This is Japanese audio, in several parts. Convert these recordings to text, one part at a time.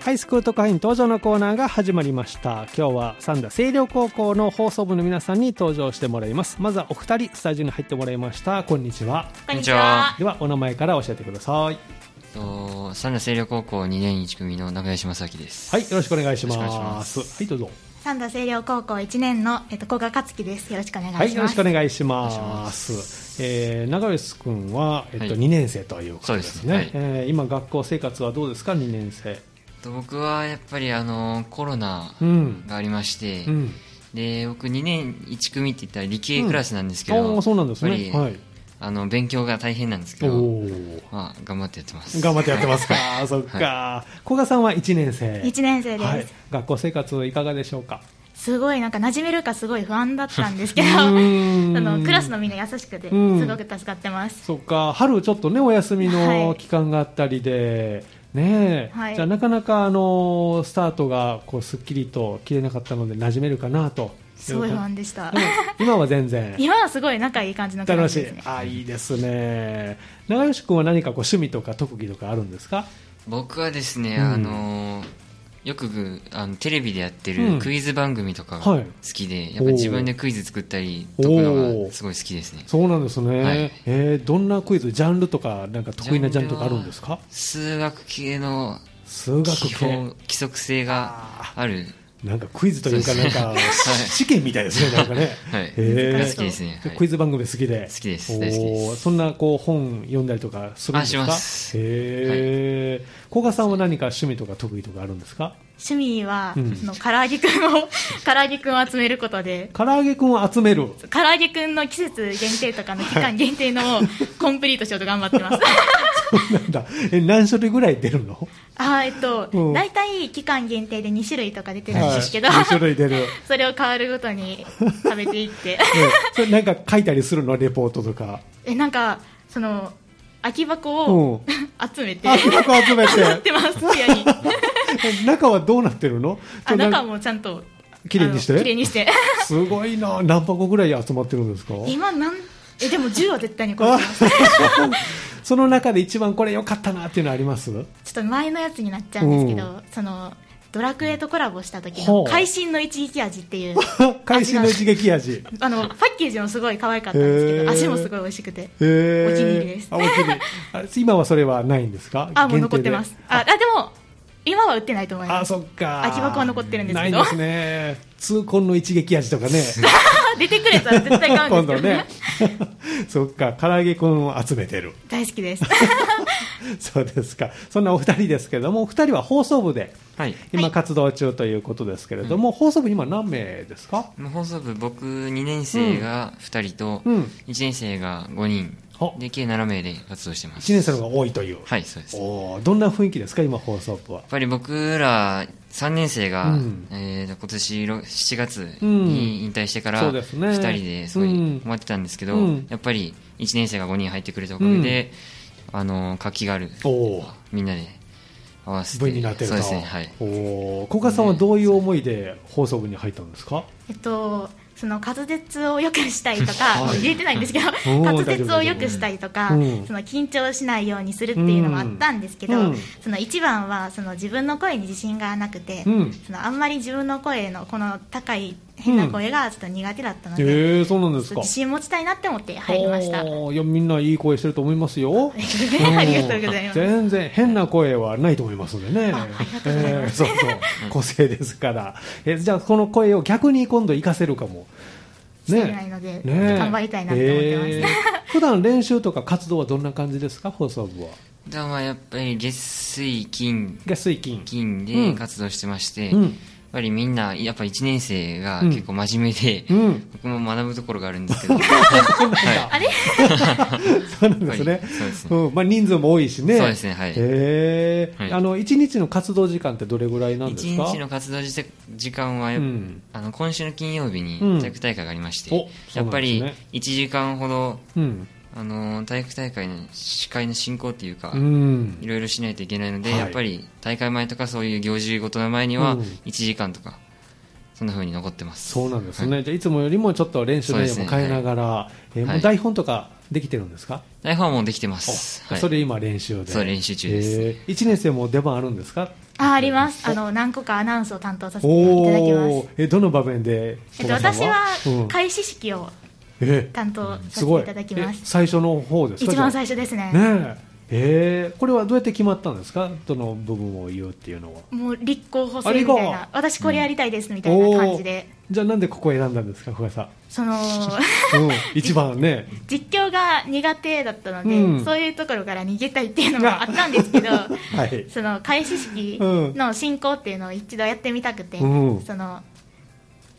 ハイスクール特派員登場のコーナーが始まりました今日は三田清涼高校の放送部の皆さんに登場してもらいますまずはお二人スタジオに入ってもらいましたこんにちはこんにちは。ではお名前から教えてくださいと三田清涼高校2年1組の中吉正明ですはいよろしくお願いしますよろしくお願いしまはすいどうぞ三田清涼高校一年の、えっと、古賀克樹です。よろしくお願いします。はいよろしくおい願いしますえー、長吉くんは、えっとはい2年生ということですねそうですえー今学校生活はどうですか2年生と僕はやっぱりあのコロナうんがありまして、うんで僕2年1組って言ったら理系クラスなんですけど、ああそうなんですねやっぱりはいあの勉強が大変なんですけおど、おーまあ、頑張ってやってます頑張ってやってますかそっか古賀さんは1年生一年生です。はい、学校生活いかがでしょうかすごい、なんか馴染めるかすごい不安だったんですけど、 あーんの、クラスのみんな優しくて、うんすごく助かってます。そっか春ちょっとねお休みはのい期間があったりで、ねえ、はいじゃあなかなかあのスタートがこうすっきりと切れなかったので馴染めるかなとすごい不安ででしも。た今は全然今はすごい仲いい感じのクラ楽スしいですね。あいいですね長吉君は何かこう趣味とか特技とかあるんですか 僕はですね、うんあのよくぐあのテレビでやってうんるクイズ番組とかがはい好きで、やっぱ自分でクイズ作ったり解くのがすごい好きですねそうなんですね、はいえーどんなクイズジャンルとかなんか得意なジャンルとかあるんですか数学系の数学基系本規則性があるなんかクイズというか、そうなんですねか い試験みたいですね、なんかね。はいへーが好きですねはいクイズ番組好きで。好きです大好きですおーそんなこう本読んだりとかするんですか。あしますへえ。古賀さんは何か趣味とか得意とかあるんですか。趣味は、うんその、唐揚げくんを、 唐揚げくんを集めることで、唐揚げくんを集める。 唐揚げくんの季節限定とかの期間限 定のをコンプリートしようと頑張ってます。なんだ。え何種類ぐらい出るの。あーえっと、うん大体期間限定で2種類とか出てるんですけど、はい二種類 出る。ねそれを変わるごとに食べていって それなんか書いたりするのレポートとか。えなんかその空き箱うんを集めてあ、空き箱集め。飾って てます部 屋にえ中はどうなってるの。あ中も。もちゃんと綺麗にしてあの綺麗にしてすごいな。何箱ぐらい集まってるんですか。今なんえでも10は絶対にこれあちょ その中で一番これ良かったなっていうのあり ますっと前のやつになっちゃうんですけど、うそのドラクエとコラボした時ほうの会心の一撃味っ ていう会心の一撃味。あのパッケージもすごい可愛かったんですけへーど味もすごい美味しくてお気お気に入りですあお気に入りあ今はそれはないんですかあもう残限定ってでますああでも今は売ってないと思いあ、ます そっか。空き箱は残ってるんですけどないですね。痛恨の一撃味とか ね。出てくれたら絶対買うん 今度ですけどねね。 そっか、唐揚げくんを集めてる。 大好きですそうですか。そんなお二人ですけども、お二人は放送部ではい今はい活動中ということですけれども、放送部今何名ですか放送部僕2年生が2人とうん1年生が5人あで計7名で活動してます一年生の方が多いという。はいそうですやっおーどんな雰囲気ですか、今、放送部は。ぱり僕ら3年生が、うんえーと今年ろ7月に引退してかそらうですね2人ですごうんい困ってたんですけど、うんやっぱり1年生が5人入ってくれたおかげで、あの活気があるおーみんなで合わせて部員になってるそと。うですねはいおー古賀さんはどういう思いで放送部に入ったんですか、えっとその滑舌を良くしたいとはいかもう言えてないんですけどおー 滑舌を良くしたりとか、うんその緊張しないようにするっていうのもあったんですけど、うんその一番はその自分の声に自信がなくて、うんそのあんまり自分の声のこの高い変な声がちょっと苦手だったのえで、ー、そうなんですか自信持ちたいなって思って入りましたあ おーいやみんないい声してると思いますよりがとうございます全然変な声はないと思いますんでねあありがとうございますそうそう個性ですからえじゃあこの声を逆に今度活かせるかもしてないので、ね頑張りたいなって思ってます、えー普段練習とか活動はどんな感じですか放送部はでまあやっぱり月水金月水金金うんで活動してまして、うんやっぱりみんなやっぱ1年生が結構真面目で、うん僕も学ぶところがあるんですけど、 あはれそうなんですねはいそうですねうんまあ、人数も多いしい、ねそうですねはいへーはいあの1日の活動時間ってどれぐらいなんです1か日の活動時時間はやっ、うんあの今週の金曜日にうん体育大会がありまして、おそうなやっんぱですねり1時間ほど、うんあの体育大会の司会の進行っていうか、うんいろいろしないといけないので、はいやっぱり大会前とかそういう行事ごとの前にはうん1時間とか、そんな風に残ってますそうなんですね、い、じゃあいつもよりもちょっと練習そう内で容すねも変えながら、えーもうはい台本とかできてるんですか台本はもうできてます。はい、それ今練習でそう練習中ですえー、1年生も出番あるんですかあありますあの何個かアナウンスを担当させていただきまーす、えどの場面でえっ古と、賀さん私はうん開始式をえ担当さすせごていいただきまえす最初の方ですか一番じゃ最初ですねあねええーこれはどうやって決まったんですかどの部分を言うっていうのはもう立候補すある立み候補たいな私これやりたいですみたいな感じで、おーじゃあなんでここを選んだんですか古賀さん、その うん、一番ね実況が苦手だったので、うんそういうところから逃げたいっていうのもあったんです けど はいその開始式うんの進行っていうのを一度やってみたくて、うんその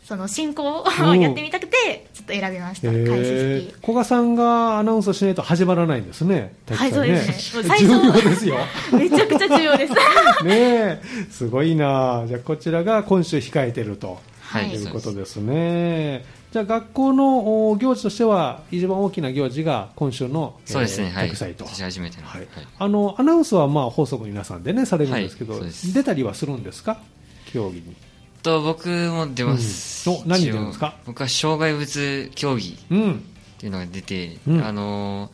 その進行うをん やってみたくてちょっと選びました、え開ー始式古賀さんがアナウンスをしないと始まらないんですね。はい体育祭 そうですねもう重最要初ですよ。めちゃくちゃ重要 ですねえ、すごいなあ。じゃあこちらが今週控えてるとはいはいいうこそとうでですね。じゃあ学校のお行事としては一番大きな行事が今週のえーそうですね、は体い育祭と。私初めての、はいはいあのアナウンスはまあ放送部皆さんでねされるんですけど、はいそうです出たりはするんですか競技に。と僕も出ます、うんお何出るんですか一応僕は障害物競技うん。っていうのが出て、うんあの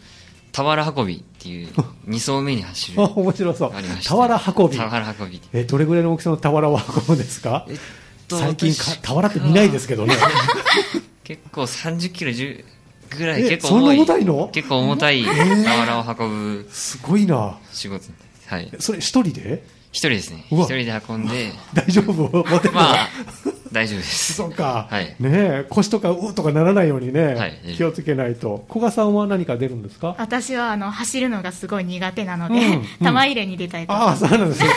ー俵運びっていう2層目に走るあ面白そうありまし。た俵運び。俵運びえどれぐらいの大きさの俵を運ぶんですかえっと最近か私俵って見ないですけどね結構30キロ10ぐらいえ結構重いそんな重たいの結構重たい俵を運ぶすごいな仕事はいそれ一人で一人ですねうわ一人で運んで大丈夫持てるの、まあ大丈 夫ですそうか、はいねえ腰とかうーとかならないようにね、はい気をつけないと古賀さんは何か出るんですか私はあの走るのがすごい苦手なので、うんうん玉入れに出たいとああそうなんですね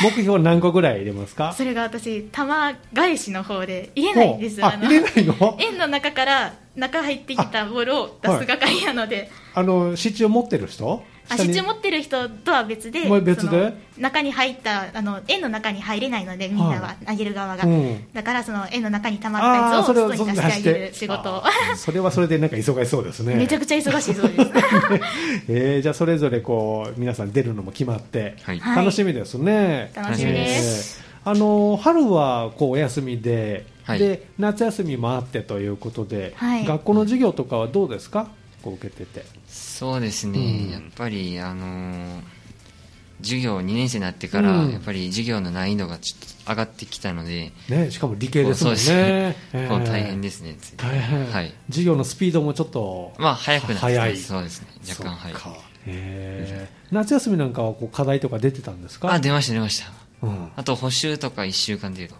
目標何個ぐらい入れますかそれが私玉返しの方で入れないんですほうあの入れないの円の中から中入ってきたボールを出す係なので、あの支柱持ってる人あ下に支柱持ってる人とは別でもう別でその中に入ったあの円の中に入れないのでみんなは投げる側が、うんだからその円の中に溜まったあやあつそをれを外に出してあげる仕事をああそれはそれでなんか忙しそうですね めちゃくちゃ忙しいそうです えー、じゃあそれぞれこう皆さん出るのも決まって、はいはい楽しみですね楽しみです、えーあの春はこうお休みで,、はいで夏休みもあってということで、はい学校の授業とかはどうですかこう受けててそうですうんねやっぱりあのー授業2年生になってからうんやっぱり授業の難易度がちょっと上がってきたのでねしかも理系ですもんそうでね、えこう大変でですねつい大変、はい授業のスピードもちょっとまあ早くなってき早まいすそうですね若干そはっいかえー夏休みなんかはこう課題とか出てたんですかあ出ました出ましたうん、ああと補習とか1週間程度で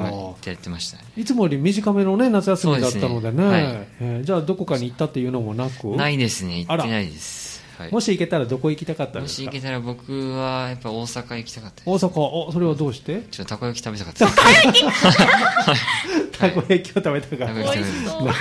ーもやってましたいつもより短めのね、夏休みだったのでそうですね。ねはいえーじゃあ、どこかに行ったっていうのもなくないですね行あっらてないですはいもし行けたらどこ行きたかったんもですしか行けたら僕はやっぱ大阪行きたかったです大阪、お、それはどうしてちょっとたこ焼き食べたかったですたこ焼きを食べたかたら。こな焼る 美味きしそうほどね。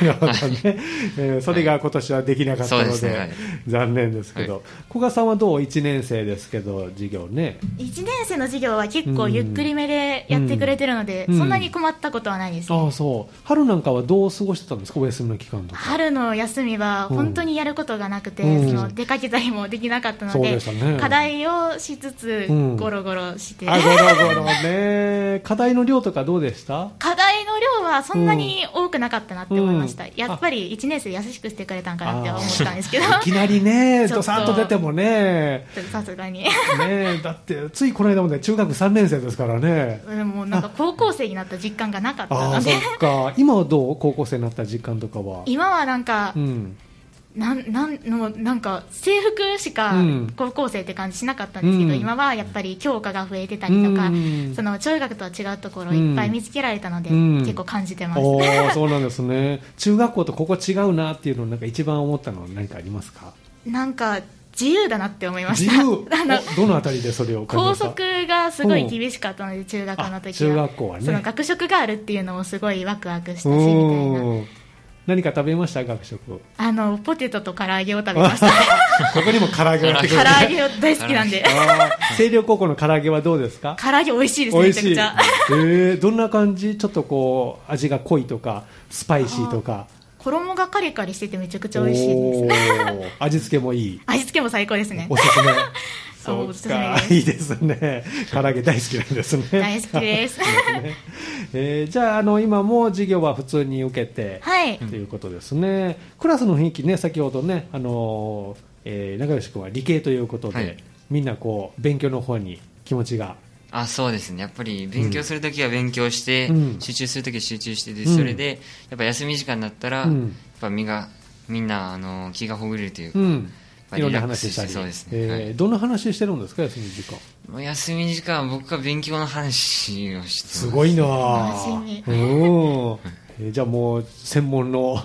えーそれが今年はできなかったはいのそうですねはでい、残念ですけど。古賀さんはどう ?1 年生ですけど、授業ね。 1年生の授業は結構ゆっくりめでやってくれてるので、うんそんなに困ったことはないですね、ああ、そう。春なんかはどう過ごしてたんですかお休みの期間とか。春の休みは本当にやることがなくて、うんその出かけたりもできなかったのそうで,、でしたね課題をしつつうんゴロゴロして、あ、ごろごろね。課題の量とかどうで した課題の量はそんなに多くなかったなって思いました、うんやっぱり1年生優しくしてくれたんかなって思ったんです けどあーいきなりね、ちドょっとサッと出てもね。ちょっとさすがに ねえ、だってついこの間まで中学3年生ですからね。うんもうなんか高校生になった実感がなかったあ あ、のそでっか。今はどう高校生になった実感とかは。今はなんか、うん。なんなんのなんか制服しかうん高校生って感じしなかったんですけど、うん今はやっぱり教科が増えてたりとか、うんその中学とは違うところをいっぱい見つけられたので、うん結構感じてます、おお、そうなんですね。中学校とここ違うなっていうのをなんか一番思ったのは何かありますかなんか自由だなって思いま自した由あのおどのあたりでそれを感校じました則がすごい厳しかったので中学の時あは中学校はねその学食があるっていうのもすごいワクワクしたしみたいなうん。何か食べました学食。あのポテトと唐揚げを食べました ここにも唐揚げがやってく唐るね。揚げを大好き なんであー星稜高校の唐揚げはどうですか唐揚げ美味しいです美め味ちしゃくい。ちえゃーどんな感じちょっとこう、味が濃いとか、スパイシーとか。衣がカリカリしててめちゃくちゃ美味しいですおー味付けもいい。 味付けも最高ですねおすすめ。そおうすすめか でいいですね唐揚げ大好きなんですね大好き です。ねえーじゃああの今も授業は普通に受けて、はい。ということですねクラスの雰囲気ね先ほどね、あのーえー、仲良し君は理系ということで、はいみんなこう勉強の方に気持ちがあそうですねやっぱり勉強するときは勉強して、うん集中するときは集中してでうんそれでやっぱ休み時間になったら、うやっんぱみんなみんなあの気がほぐれるというか、うやっんぱいりろんリなラックス話ししたてりそうですね、えーはいどんな話してるんですか休み時間もう休み時間は僕は勉強の話をしてますすごいなあ真面うんえーじゃあもう専門の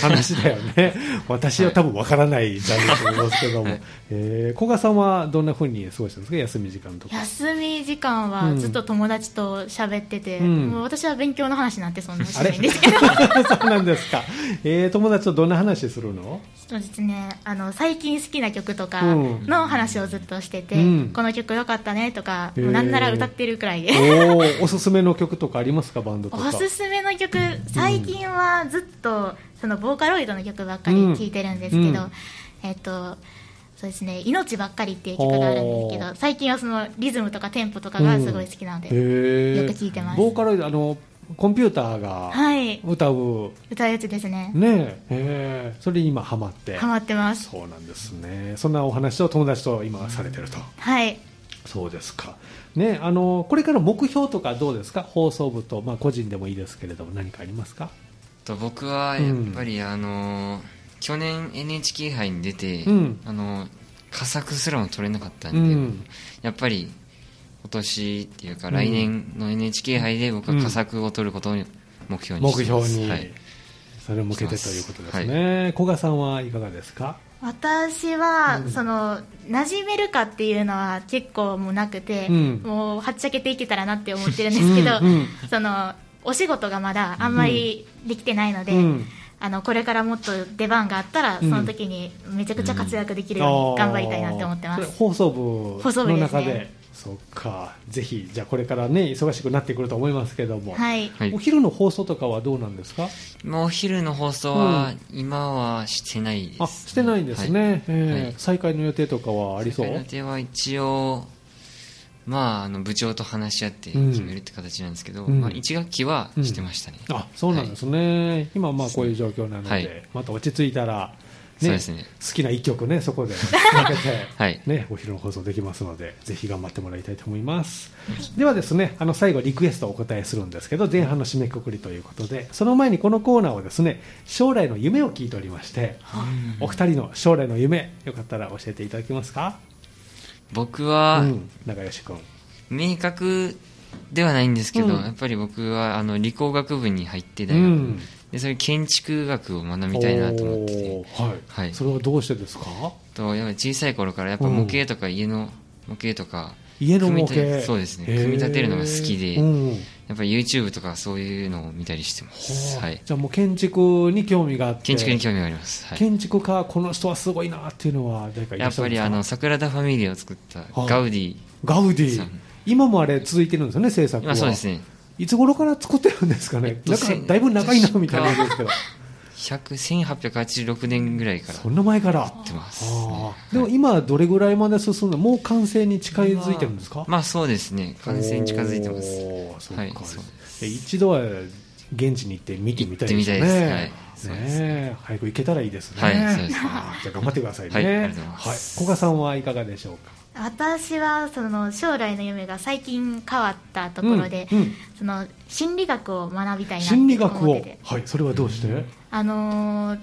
話だよ ね私は多分わからないジャンルだと思いますけども、えー、古賀さんはどんなふうに過ごしてるんですか休み時間とか休み時間はずっと友達と喋ってて、うんもう私は勉強の話なんてそんなしあなれいんですけ ど、そうなんですか、えー、友達とどんな話するの そうですね、あの最近好きな曲とかうんの話をずっとしてて、うんこの曲良かったねとか、へーもうなんなら歌ってるくらいで。おーおすすめの曲とかありますかバンドとおかすすめの曲最近はずっとそのボーカロイドの曲ばっかり聴いてるんですけど、うんうんえっとそうですね「命ばっかり」っていう曲があるんですけおど最近はそのリズムとかテンポとかがすごい好きなので、へーよく聞いてますボーカロイドあのコンピューターがはい歌う、歌うやつですねねえーそれに今ハマってハマってますそうなんですねそんなお話を友達と今はされてるとはいそうですかねあのこれから目標とかどうですか放送部と、まあ、個人でもいいですけれども何かありますかと僕はやっぱり、あの去年 NHK 杯に出て、うんあの佳作すらも取れなかったんうで、んやっぱり今年っていうかうん来年の NHK 杯で僕は佳作を取ることを目標に目してま標す、に、はい、それを向けてということですね古賀、さんはいかがですか私は、うんその馴染めるかっていうのは結構もうなくて、うんもうはっちゃけていけたらなって思ってるんですけど、うんうんそのお仕事がまだあんまりできてないので、うんあのこれからもっと出番があったら、うんその時にめちゃくちゃ活躍できるように頑張りたいなって思ってまあーそれす、放送放送部部のです中ねでそっかぜひじゃあこれからね忙しくなってくると思いますけども、はい、はいお昼の放送とかはどうなんですかまあお昼の放送は今はしてないです、あしてないんですね、えーはい再開の予定とかはありそう予定は一応まああの部長と話し合って決めるって形なんですけど、うんまあ、1学期はしてましたね、あそうなんですね、今まあこういう状況なので、はいまた落ち着いたら、そうですね好きな一曲ねそこで かけて、はいね、お昼の放送できますのでぜひ頑張ってもらいたいと思いますではですねあの最後リクエストをお答えするんですけど前半の締めくくりということでその前にこのコーナーをですね将来の夢を聞いておりましてお二人の将来の夢よかったら教えていただけますか僕はうん、長吉君明確ではないんですけど、うんやっぱり僕はあの理工学部に入ってう大学、んでそれ建築学を学びたいなと思っておてーはいはいそれはどうしてですかとやっぱ小さい頃からやっぱ模型とか家の模型とか、家の模組み立型てそうですねへー組み立てるのが好きでうんやっぱり YouTube とかそういうのを見たりしてまほす、うはい、じゃあもう建築に興味があって建築に興味があります、はい、建築家この人はすごいなっていうのは誰かいらやっっしゃぱるんでりすかあの桜田ファミリーを作ったはいガウディ、ガウデさィん今もあれ続いてるんですよね制作は今そうですねいつ頃から作ってるんですかね、えっとなんかせんだいぶ長いなみたいなんですけど100 1886年ぐらいからそんな前からやってますねあーでも今はどれぐらいまで進んでもう完成に近づいてるんですか、まあそうですね完成に近づいてますおーそうかはいそうですで一度は現地に行って見てみたいですね行ってみたいですはいそうですねえ早く行けたらいいですね、はいそうですねあー じゃあ頑張ってくださいね、はいありがとうございますはい古賀さんはいかがでしょうか私はその将来の夢が最近変わったところで、うんうんその心理学を学びたいなって心理学思っをてて、はい、それはどうして、あのー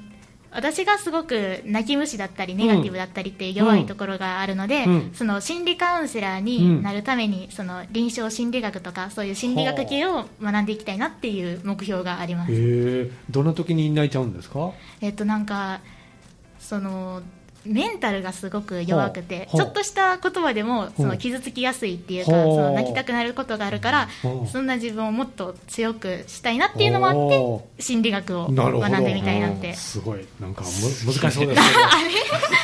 私がすごく泣き虫だったりネガティブだったりっていう弱いところがあるので、うんその心理カウンセラーになるために、その臨床心理学とかそういう心理学系を学んでいきたいなっていう目標がありますえーどんな時に泣いちゃうんですかえっとなんかそのメンタルがすごく弱くてほうほちうょっとした言葉でもそほうの傷つきやすいっていうかほうその泣きたくなることがあるからほうそんな自分をもっと強くしたいなっていうのもあってお心理学をーなるほど学んでみたいなってすごいなんかむ難しそうです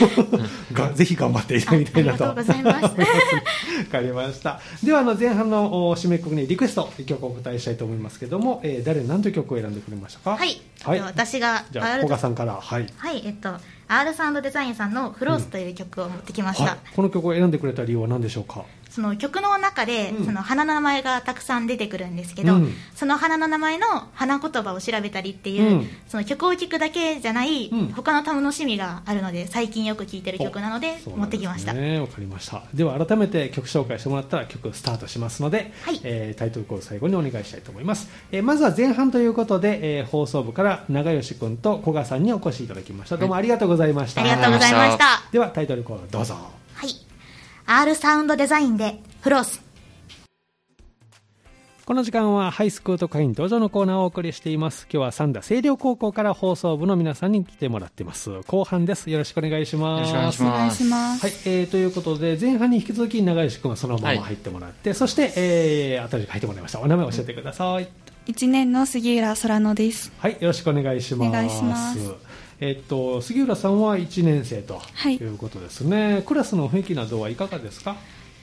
けど がぜひ頑張っていただきたあいりながととうございま すわかりましたではあの前半のお締めくくりにリクエスト一曲お答えしたいと思いますけども、えー誰何という曲を選んでくれましたかはい、はい私がじゃあ古賀さんからはいはいえっとアールサウンドデザインさんの「フローズという曲を持ってきました、はい、この曲を選んでくれた理由は何でしょうかその曲の中で、うんその花の名前がたくさん出てくるんですけど、うんその花の名前の花言葉を調べたりっていう、うんその曲を聴くだけじゃない、うん他の楽しみがあるので最近よく聴いてる曲なのでそう持なっんてですきました、ねわかりましたでは改めて曲紹介してもらったら曲スタートしますので、はいえータイトルコール最後にお願いしたいと思います、えーまずは前半ということで、えー放送部から長吉君と古賀さんにお越しいただきましたどうもありがとうございました、ありがとうございましたではタイトルコールどうぞはい、R サウンドデザインでフロースこの時間はハイスクート会員登場のコーナーをお送りしています今日は三田清涼高校から放送部の皆さんに来てもらってます後半ですよろしくお願いしますよろしくお願いします。ますはい、えーということで前半に引き続き長吉君はそのまま入ってもらって、そして、えー、新しく入ってもらいましたお名前教えてください、一年の杉浦空乃です。はいよろしくお願いしますお願いしますえっと杉浦さんは1年生とはいいうことですね、クラスの雰囲気などはいかがですか、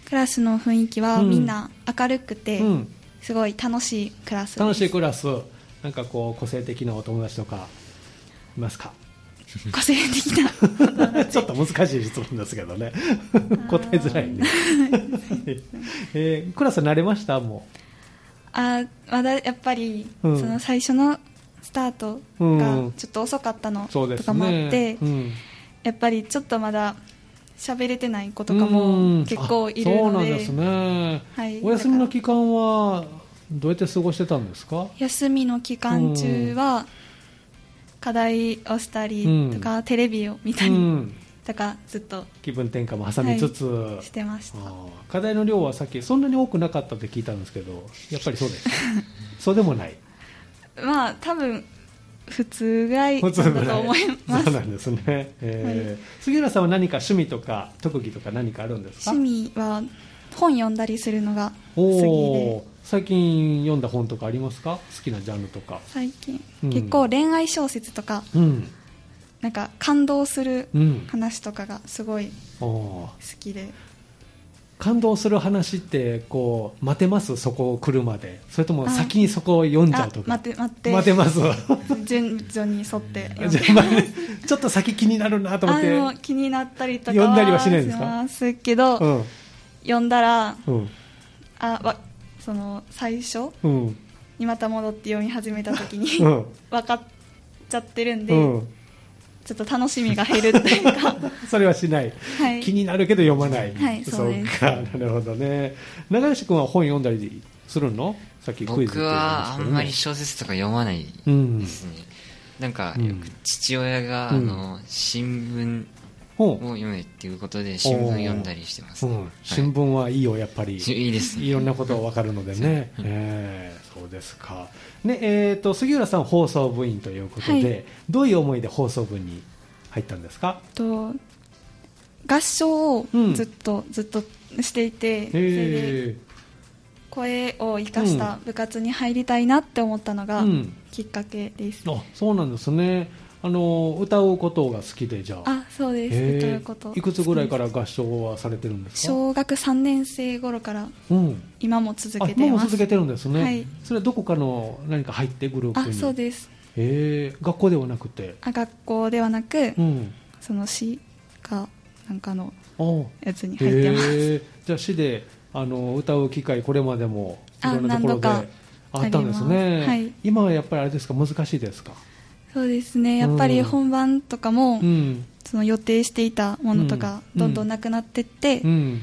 クラスの雰囲気はうんみんな明るくて、うん、すごい楽しいクラスです。楽しいクラスなんかこう個性的なお友達とかいますか個性的な。ちょっと難しい質問ですけどね答えづらい ね、えークラス慣れましたもあ、まだやっぱり、うんその最初のスタートうんがちょっと遅かったのうそうでとすねかもあって、うんやっぱりちょっとまだ喋れてない子ととかも結構いるそうのなんで、ですね、はいお休みの期間はどうやって過ごしてたんですか休みの期間中は課題をしたりとか、テレビを見たうりん、とかずっと気分転換も挟みつつ、してました。あー課題の量はさっきそんなに多くなかったって聞いたんですけどやっぱりそうです そうでもないまあ多分普通ぐらい普だ通ぐらと思いまそすうなんですね、えーは杉浦さんは何か趣味とか特技とか何かあるんですか趣味は本読んだりするのが好きおでー最近読んだ本とかありますか好きなジャンルとか最近、うん結構恋愛小説とかうんなんか感動するうん話とかがすごい好おーきで感動する話ってこう待てますそこを来るまでそれとも先にそこを読んじゃあうとか待って待って待てます順序に沿って読 んじでゃあまあねちょっと先気になるなと思あっでても気になったりとか読んだりはしないんですかますけど、うん読んだらうんあわその最初うんにまた戻って読み始めた時に、うん 分かっちゃってるんで、うんちょっと楽しみが減るとい うか、それはしない、はい、気になるけど読まない、はいそうですっか なるほどね長吉君は本読んだりするのさっきクイズって僕言いはあしたけんどねまり小説とか読まないでうんすね。なんか、うんよく父親が、うんあの、新本聞を読めっていうことで、新聞読んだりしてます。うん、新聞はいいよやっぱりし いいですねいろんなこと分かるのでね、えーそうですか、ねえー、と杉浦さん、放送部員ということで、はいどういう思いで放送部に入ったんですか、と合唱をうんずっと、ずっとしていて、それでえ声を生かした部活に入りたいなって思ったのーがうん、きっかけです。あそうなんですねあの、歌うことが好きで、じゃあ、あ、そうです。えー歌うこと。いくつぐらいから合唱はされてるんですか、小学3年生頃からうん、今も続あけ今てもま続す。けてるんですね、はいそれはどこかの何か入って、グループあ、に、そうです。えー学校ではなくて。あ、学校ではなく、うんその市かなんかのあやつに入ってます。へえじゃあ市であの歌う機会これまでもいあろんなところで何度かあったんですねありますはい今はやっぱりあれですか難しいですかそうですね。やっぱり本番とかも、うんその予定していたものとかうんどんどんなくなってって、うん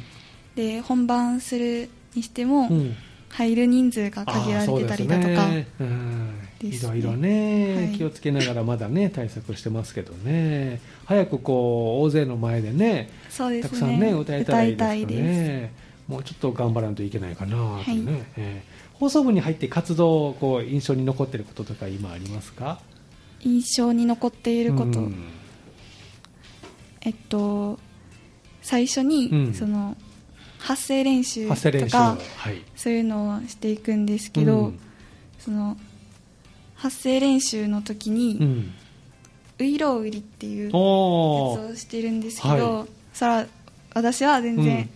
で本番するにしても、うん入る人数が限られてたりだとあーか、そうですねうんいですろねいろね、はい気をつけながらまだね対策してますけどね早くこう大勢の前でねそうですたねくさんね歌えたらいいですよ歌いたいですねもうちょっと頑張らないといけないかなというね、えー放送部に入って活動こう印象に残ってることとか今ありますか印象に残っていること、うんえっと最初に、うんその発声練習発声と練習かはいそういうのをしていくんですけど、うんその発声練習の時に、うん、ういろうりっていうやつおーをしてるんですけど、はそら私は全うん然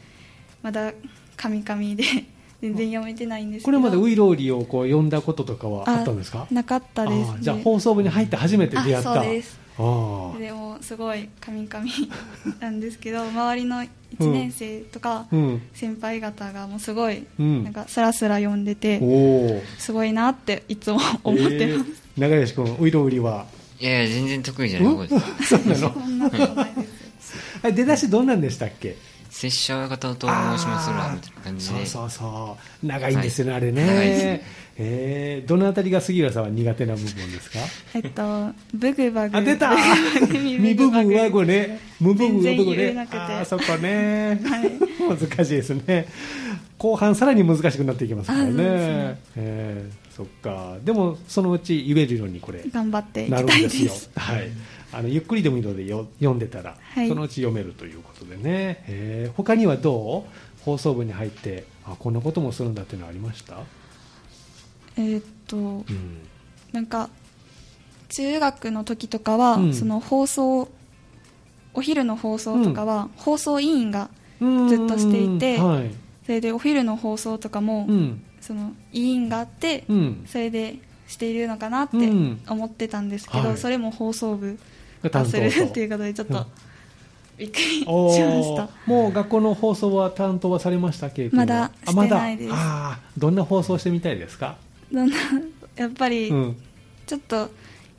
まだカミカミで 全然読めてないんですけこどれまでウイローリをこう呼んだこととかはああったんですかなかったですあーじゃあ放送部に入って初めて出会ったあそうですあそれをすごいカミカ ミなんですけど周りの1年生とかあうん先輩方がもうすごいうんなんかスラスラ読んでておおすごいなっていつも思ってます、えー長吉君ういろうりはいやいや全然得意じゃない方 ですんそうなの そんなことないですあれ出だしどんなんでしたっけ拙者親方と申しますらみたいな感じそでうそうそう長いんですよね、あれね、長いですねえーどのあたりが杉浦さんは苦手な部分ですかえっとブグバグあ出 た未部分は語ね無部分は語全然言えねなくてあーそこね、 はい難しいですね後半さらに難しくなっていきますからねあそうですねえーそっかでもそのうち言えるようにこれ頑張っていきなたるいんでですすよ。はい。あのゆっくりでもいいのでよ読んでたら、はいそのうち読めるということでね。えー他にはどう？放送部に入ってあこんなこともするんだっていうのはありました？えーっとうん。なんか中学の時とかは、うんその放送お昼の放送とかは、放送委員がうんずっとしていてはい。それでお昼の放送とかも、うんその委員があって、うん。それでしているのかなってうん思ってたんですけど、はいそれも放送部がが担当すとるっていうことでちょっうんとびっくりしおまーしたもう学校の放送は担当はされました経験はまだあまだしてないですあーどんな放送してみたいですか？どんなやっぱりうん。ちょっと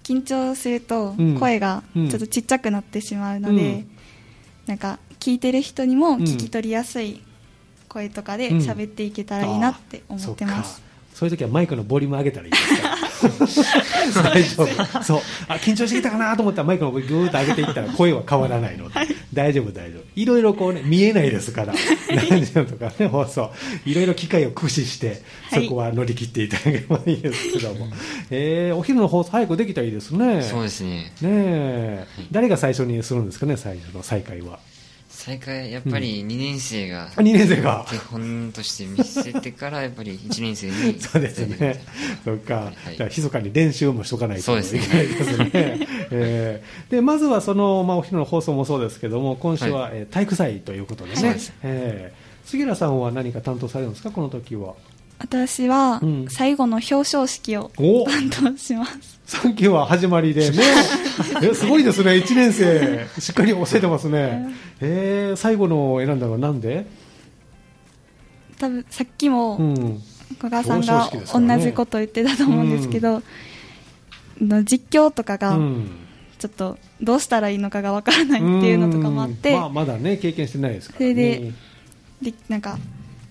緊張するとうん声がちうょんっとちっちゃくなってしまうので、うんなんか聞いてる人にもうん聞き取りやすい声とかでうん喋っていけたらいいなって思ってまあーそっ、すかそういう時はマイクのボリューム上げたらいいです から大丈夫そうあ緊張してきたかなと思ったらマイクのボリュームぐーっと上げていったら声は変わらないので、大丈夫大丈夫いろいろこうね見えないですから何時とかね 放送いろいろ機会を駆使してそはいこは乗り切っていただければいいですけども、えーお昼の放送早くできたらいいですねそうですねねえ誰が最初にするんですかね最初の再会は再開やっぱり2年生が2年生が手本として見せてからやっぱり1年生に そうです伝えてねください。そっかい。じゃあ、密かに練習もしとかないそうといですねけないですね。 えーで、まずはその、まあ、お昼の放送もそうですけども、今週は、はえー体育祭ということでそうねです。えー杉浦さんは何か担当されるんですか、この時は。私はうん最後の表彰式をお担当します、さっきは始まりで ね。えすごいですね、1年生。しっかり教えてますね。えー最後のを選んだのはなんで多分さっきうもん。小川さん表彰が式ですからね同じこと言ってたと思うんですけど、の実況とかうがん。ちょっとどうしたらいいのかがわからないっていうのとかもあって、うんまあ、まだね、経験してないですから、ね。それででなんか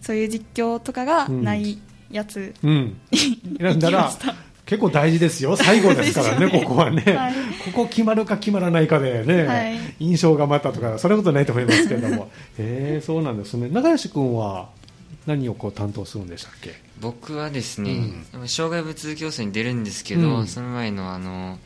そういう実況とかがないやつ、うん、選んだ行きらました結構大事ですよ、最後ですからね、ですよねここはね、はいここ決まるか決まらないかでね、はい印象がまたとか、そんなことないと思いますけども、 へえそうなんですね、長吉君は何をこう担当するんでしたっけ、僕はですね、うんやっぱ障害物競争に出るんですけど、うんその前のあの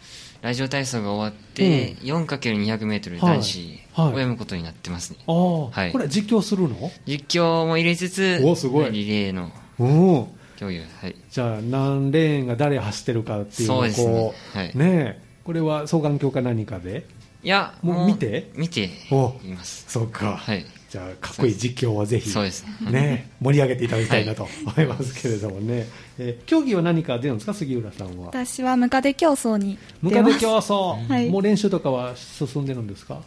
ラジオ体操が終わって、4×200m はい男子をはい読むことになってますね、ああ、はいこれは実況するの、実況も入れつつおすごいリレーのうん、競技をはいじゃあ、何レーンが誰走ってるかっていうのをそうですねこう、はいねえこれは双眼鏡か何かで、いやもう見て見ておいますそうか、はいじゃあ、かっこいい実況をぜひ。そうですねね、盛り上げていただきたいなと思いますけれどもね、えー競技は何か出るんですか、杉浦さんは。私はムカデ競争にム出カまデす競争、はいもう練習とかは進んでるんですか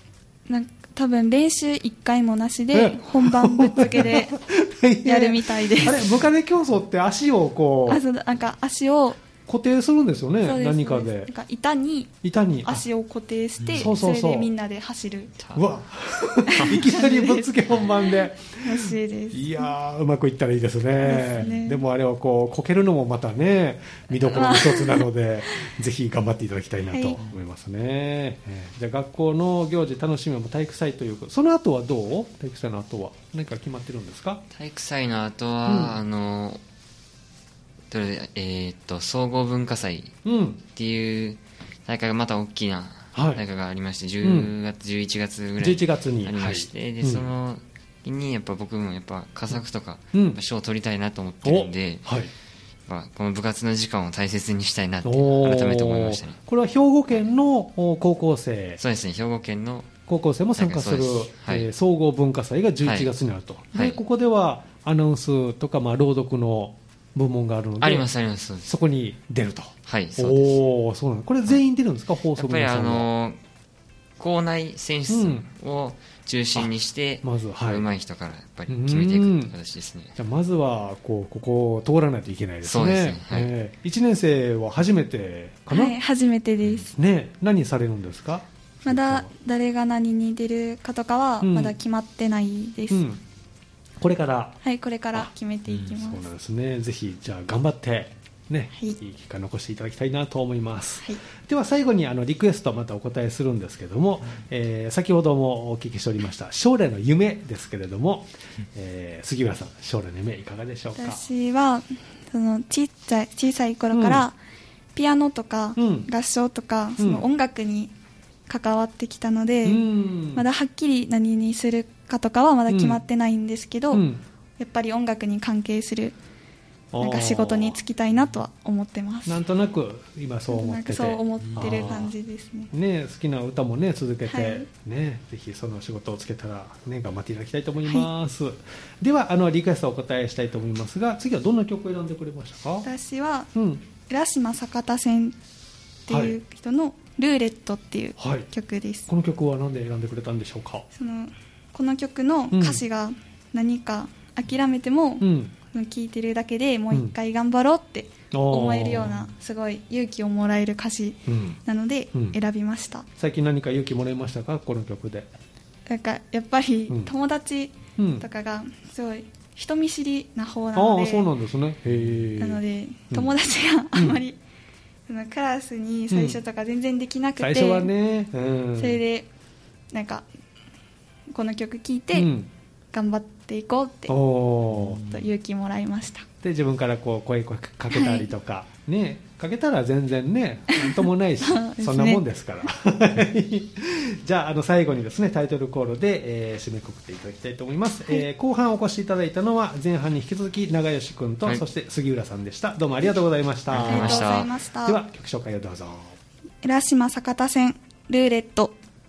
なんか多分練習1回もなしえで本番ぶっつけ で やるみいたいであれ、すムカデ競争って足をこあうそうなんか足を固定するんですよね、そうです何かそう。ですなんか板に板に。あ足を固定してそうそうそうれでみんなで走るうわ いきなりぶっつけ本番で。らしいですいやーうまくいったらいいですでねすねでもあれをこうこけるのもまたね見どころの一つなの でぜひ頑張っていただきたいなとはい思いますね、えーじゃあ学校の行事楽しみはもう体育祭ということその後はどう体育祭の後は何か決まってるんですか体育祭の後は、うんあのどれでえーっと総合文化祭うんっていう大会がまた大きなはい大会がありまして、う10月、11月ぐらい11月にありまして、はいで、うんその時にやっぱ僕もやっぱ佳作とか、うんやっぱ賞を取りたいなと思ってるんで、おはいやっぱこの部活の時間を大切にしたいなっておー改めて思いましたねこれは兵庫県のお高校生そうですね兵庫県の高校生も参加する、はいそうですはいえー総合文化祭が11月にあると、いはいでここではアナウンスとか、まあ、朗読の部門があるのでありますありますそうですそこに出るとはいそうですおおーそうなんこれ全員出るんですか、放や送っぱ部りのあ皆さんはの校内選出を中心にして、まずは、はい。上手い人からやっぱり決めていくって形ですねじゃあまずはこうここを通らないといけないですね。そうですねはいえー一年生は初めてかな。はい、初めてです。ね何されるんですか。まだ誰が何に出るかとかはうんまだ決まってないです、うん。これから。はいこれから決めていきそまうす、なんですね。ぜひじゃあ頑張ってね、はいいい結果残していただきたいなと思います。はいでは最後にあのリクエストまたお答えするんですけども、えー先ほどもお聞きしておりました将来の夢ですけれども、えー杉浦さん将来の夢いかがでしょうか私はその小さい小さい頃から、うんピアノとか、うん合唱とかんその音楽に関わってきたので、うんまだはっきり何にするかとかはまだ決まってないんですけど、うんやっぱり音楽に関係するなんか仕事に就きたいなとは思ってますなんとなく今そう思っなんてかてそう思ってる感じですねね、好きな歌もね続けて、はいね、ぜひその仕事をつけたら、ね、頑張っていただきたいと思います、ではあのリクエストをお答えしたいと思いますが次はどんな曲を選んでくれましたか、私はうん浦島坂田線っていう人の「ルーレット」っていうはい、曲です、この曲は何で選んでくれたんでしょうか、そのこの曲の歌詞が何か諦めても、うん、聴いてるだけでもう一回頑張ろうって思えるようあなすごい勇気をもらえる歌詞ー、うん、なのでうん選びました、最近何か勇気もらいましたかこの曲で、なんかやっぱりうん友達うん、とかがすごい人見知りな方なあのあでそうなんですねへえなのでうん友達があんまり、そのクラスに最初とか全然できなくて、最初はね、うん、それでなんかこの曲聴いてうん、頑張っていこうって、おおーと勇気もらいましたで自分からこう声かけたりとか、ねかけたら全然ねなんともないしそうですねそんなもんですから じゃああの最後にですねタイトルコールで、えー締めくくっていただきたいと思います、えー後半お越しいただいたのは前半に引き続き長吉君と、はいそして杉浦さんでしたどうもありがとうございましたあありりががとうごとうござざいいまましたでは曲紹介をどうぞ浦島坂田線ルーレット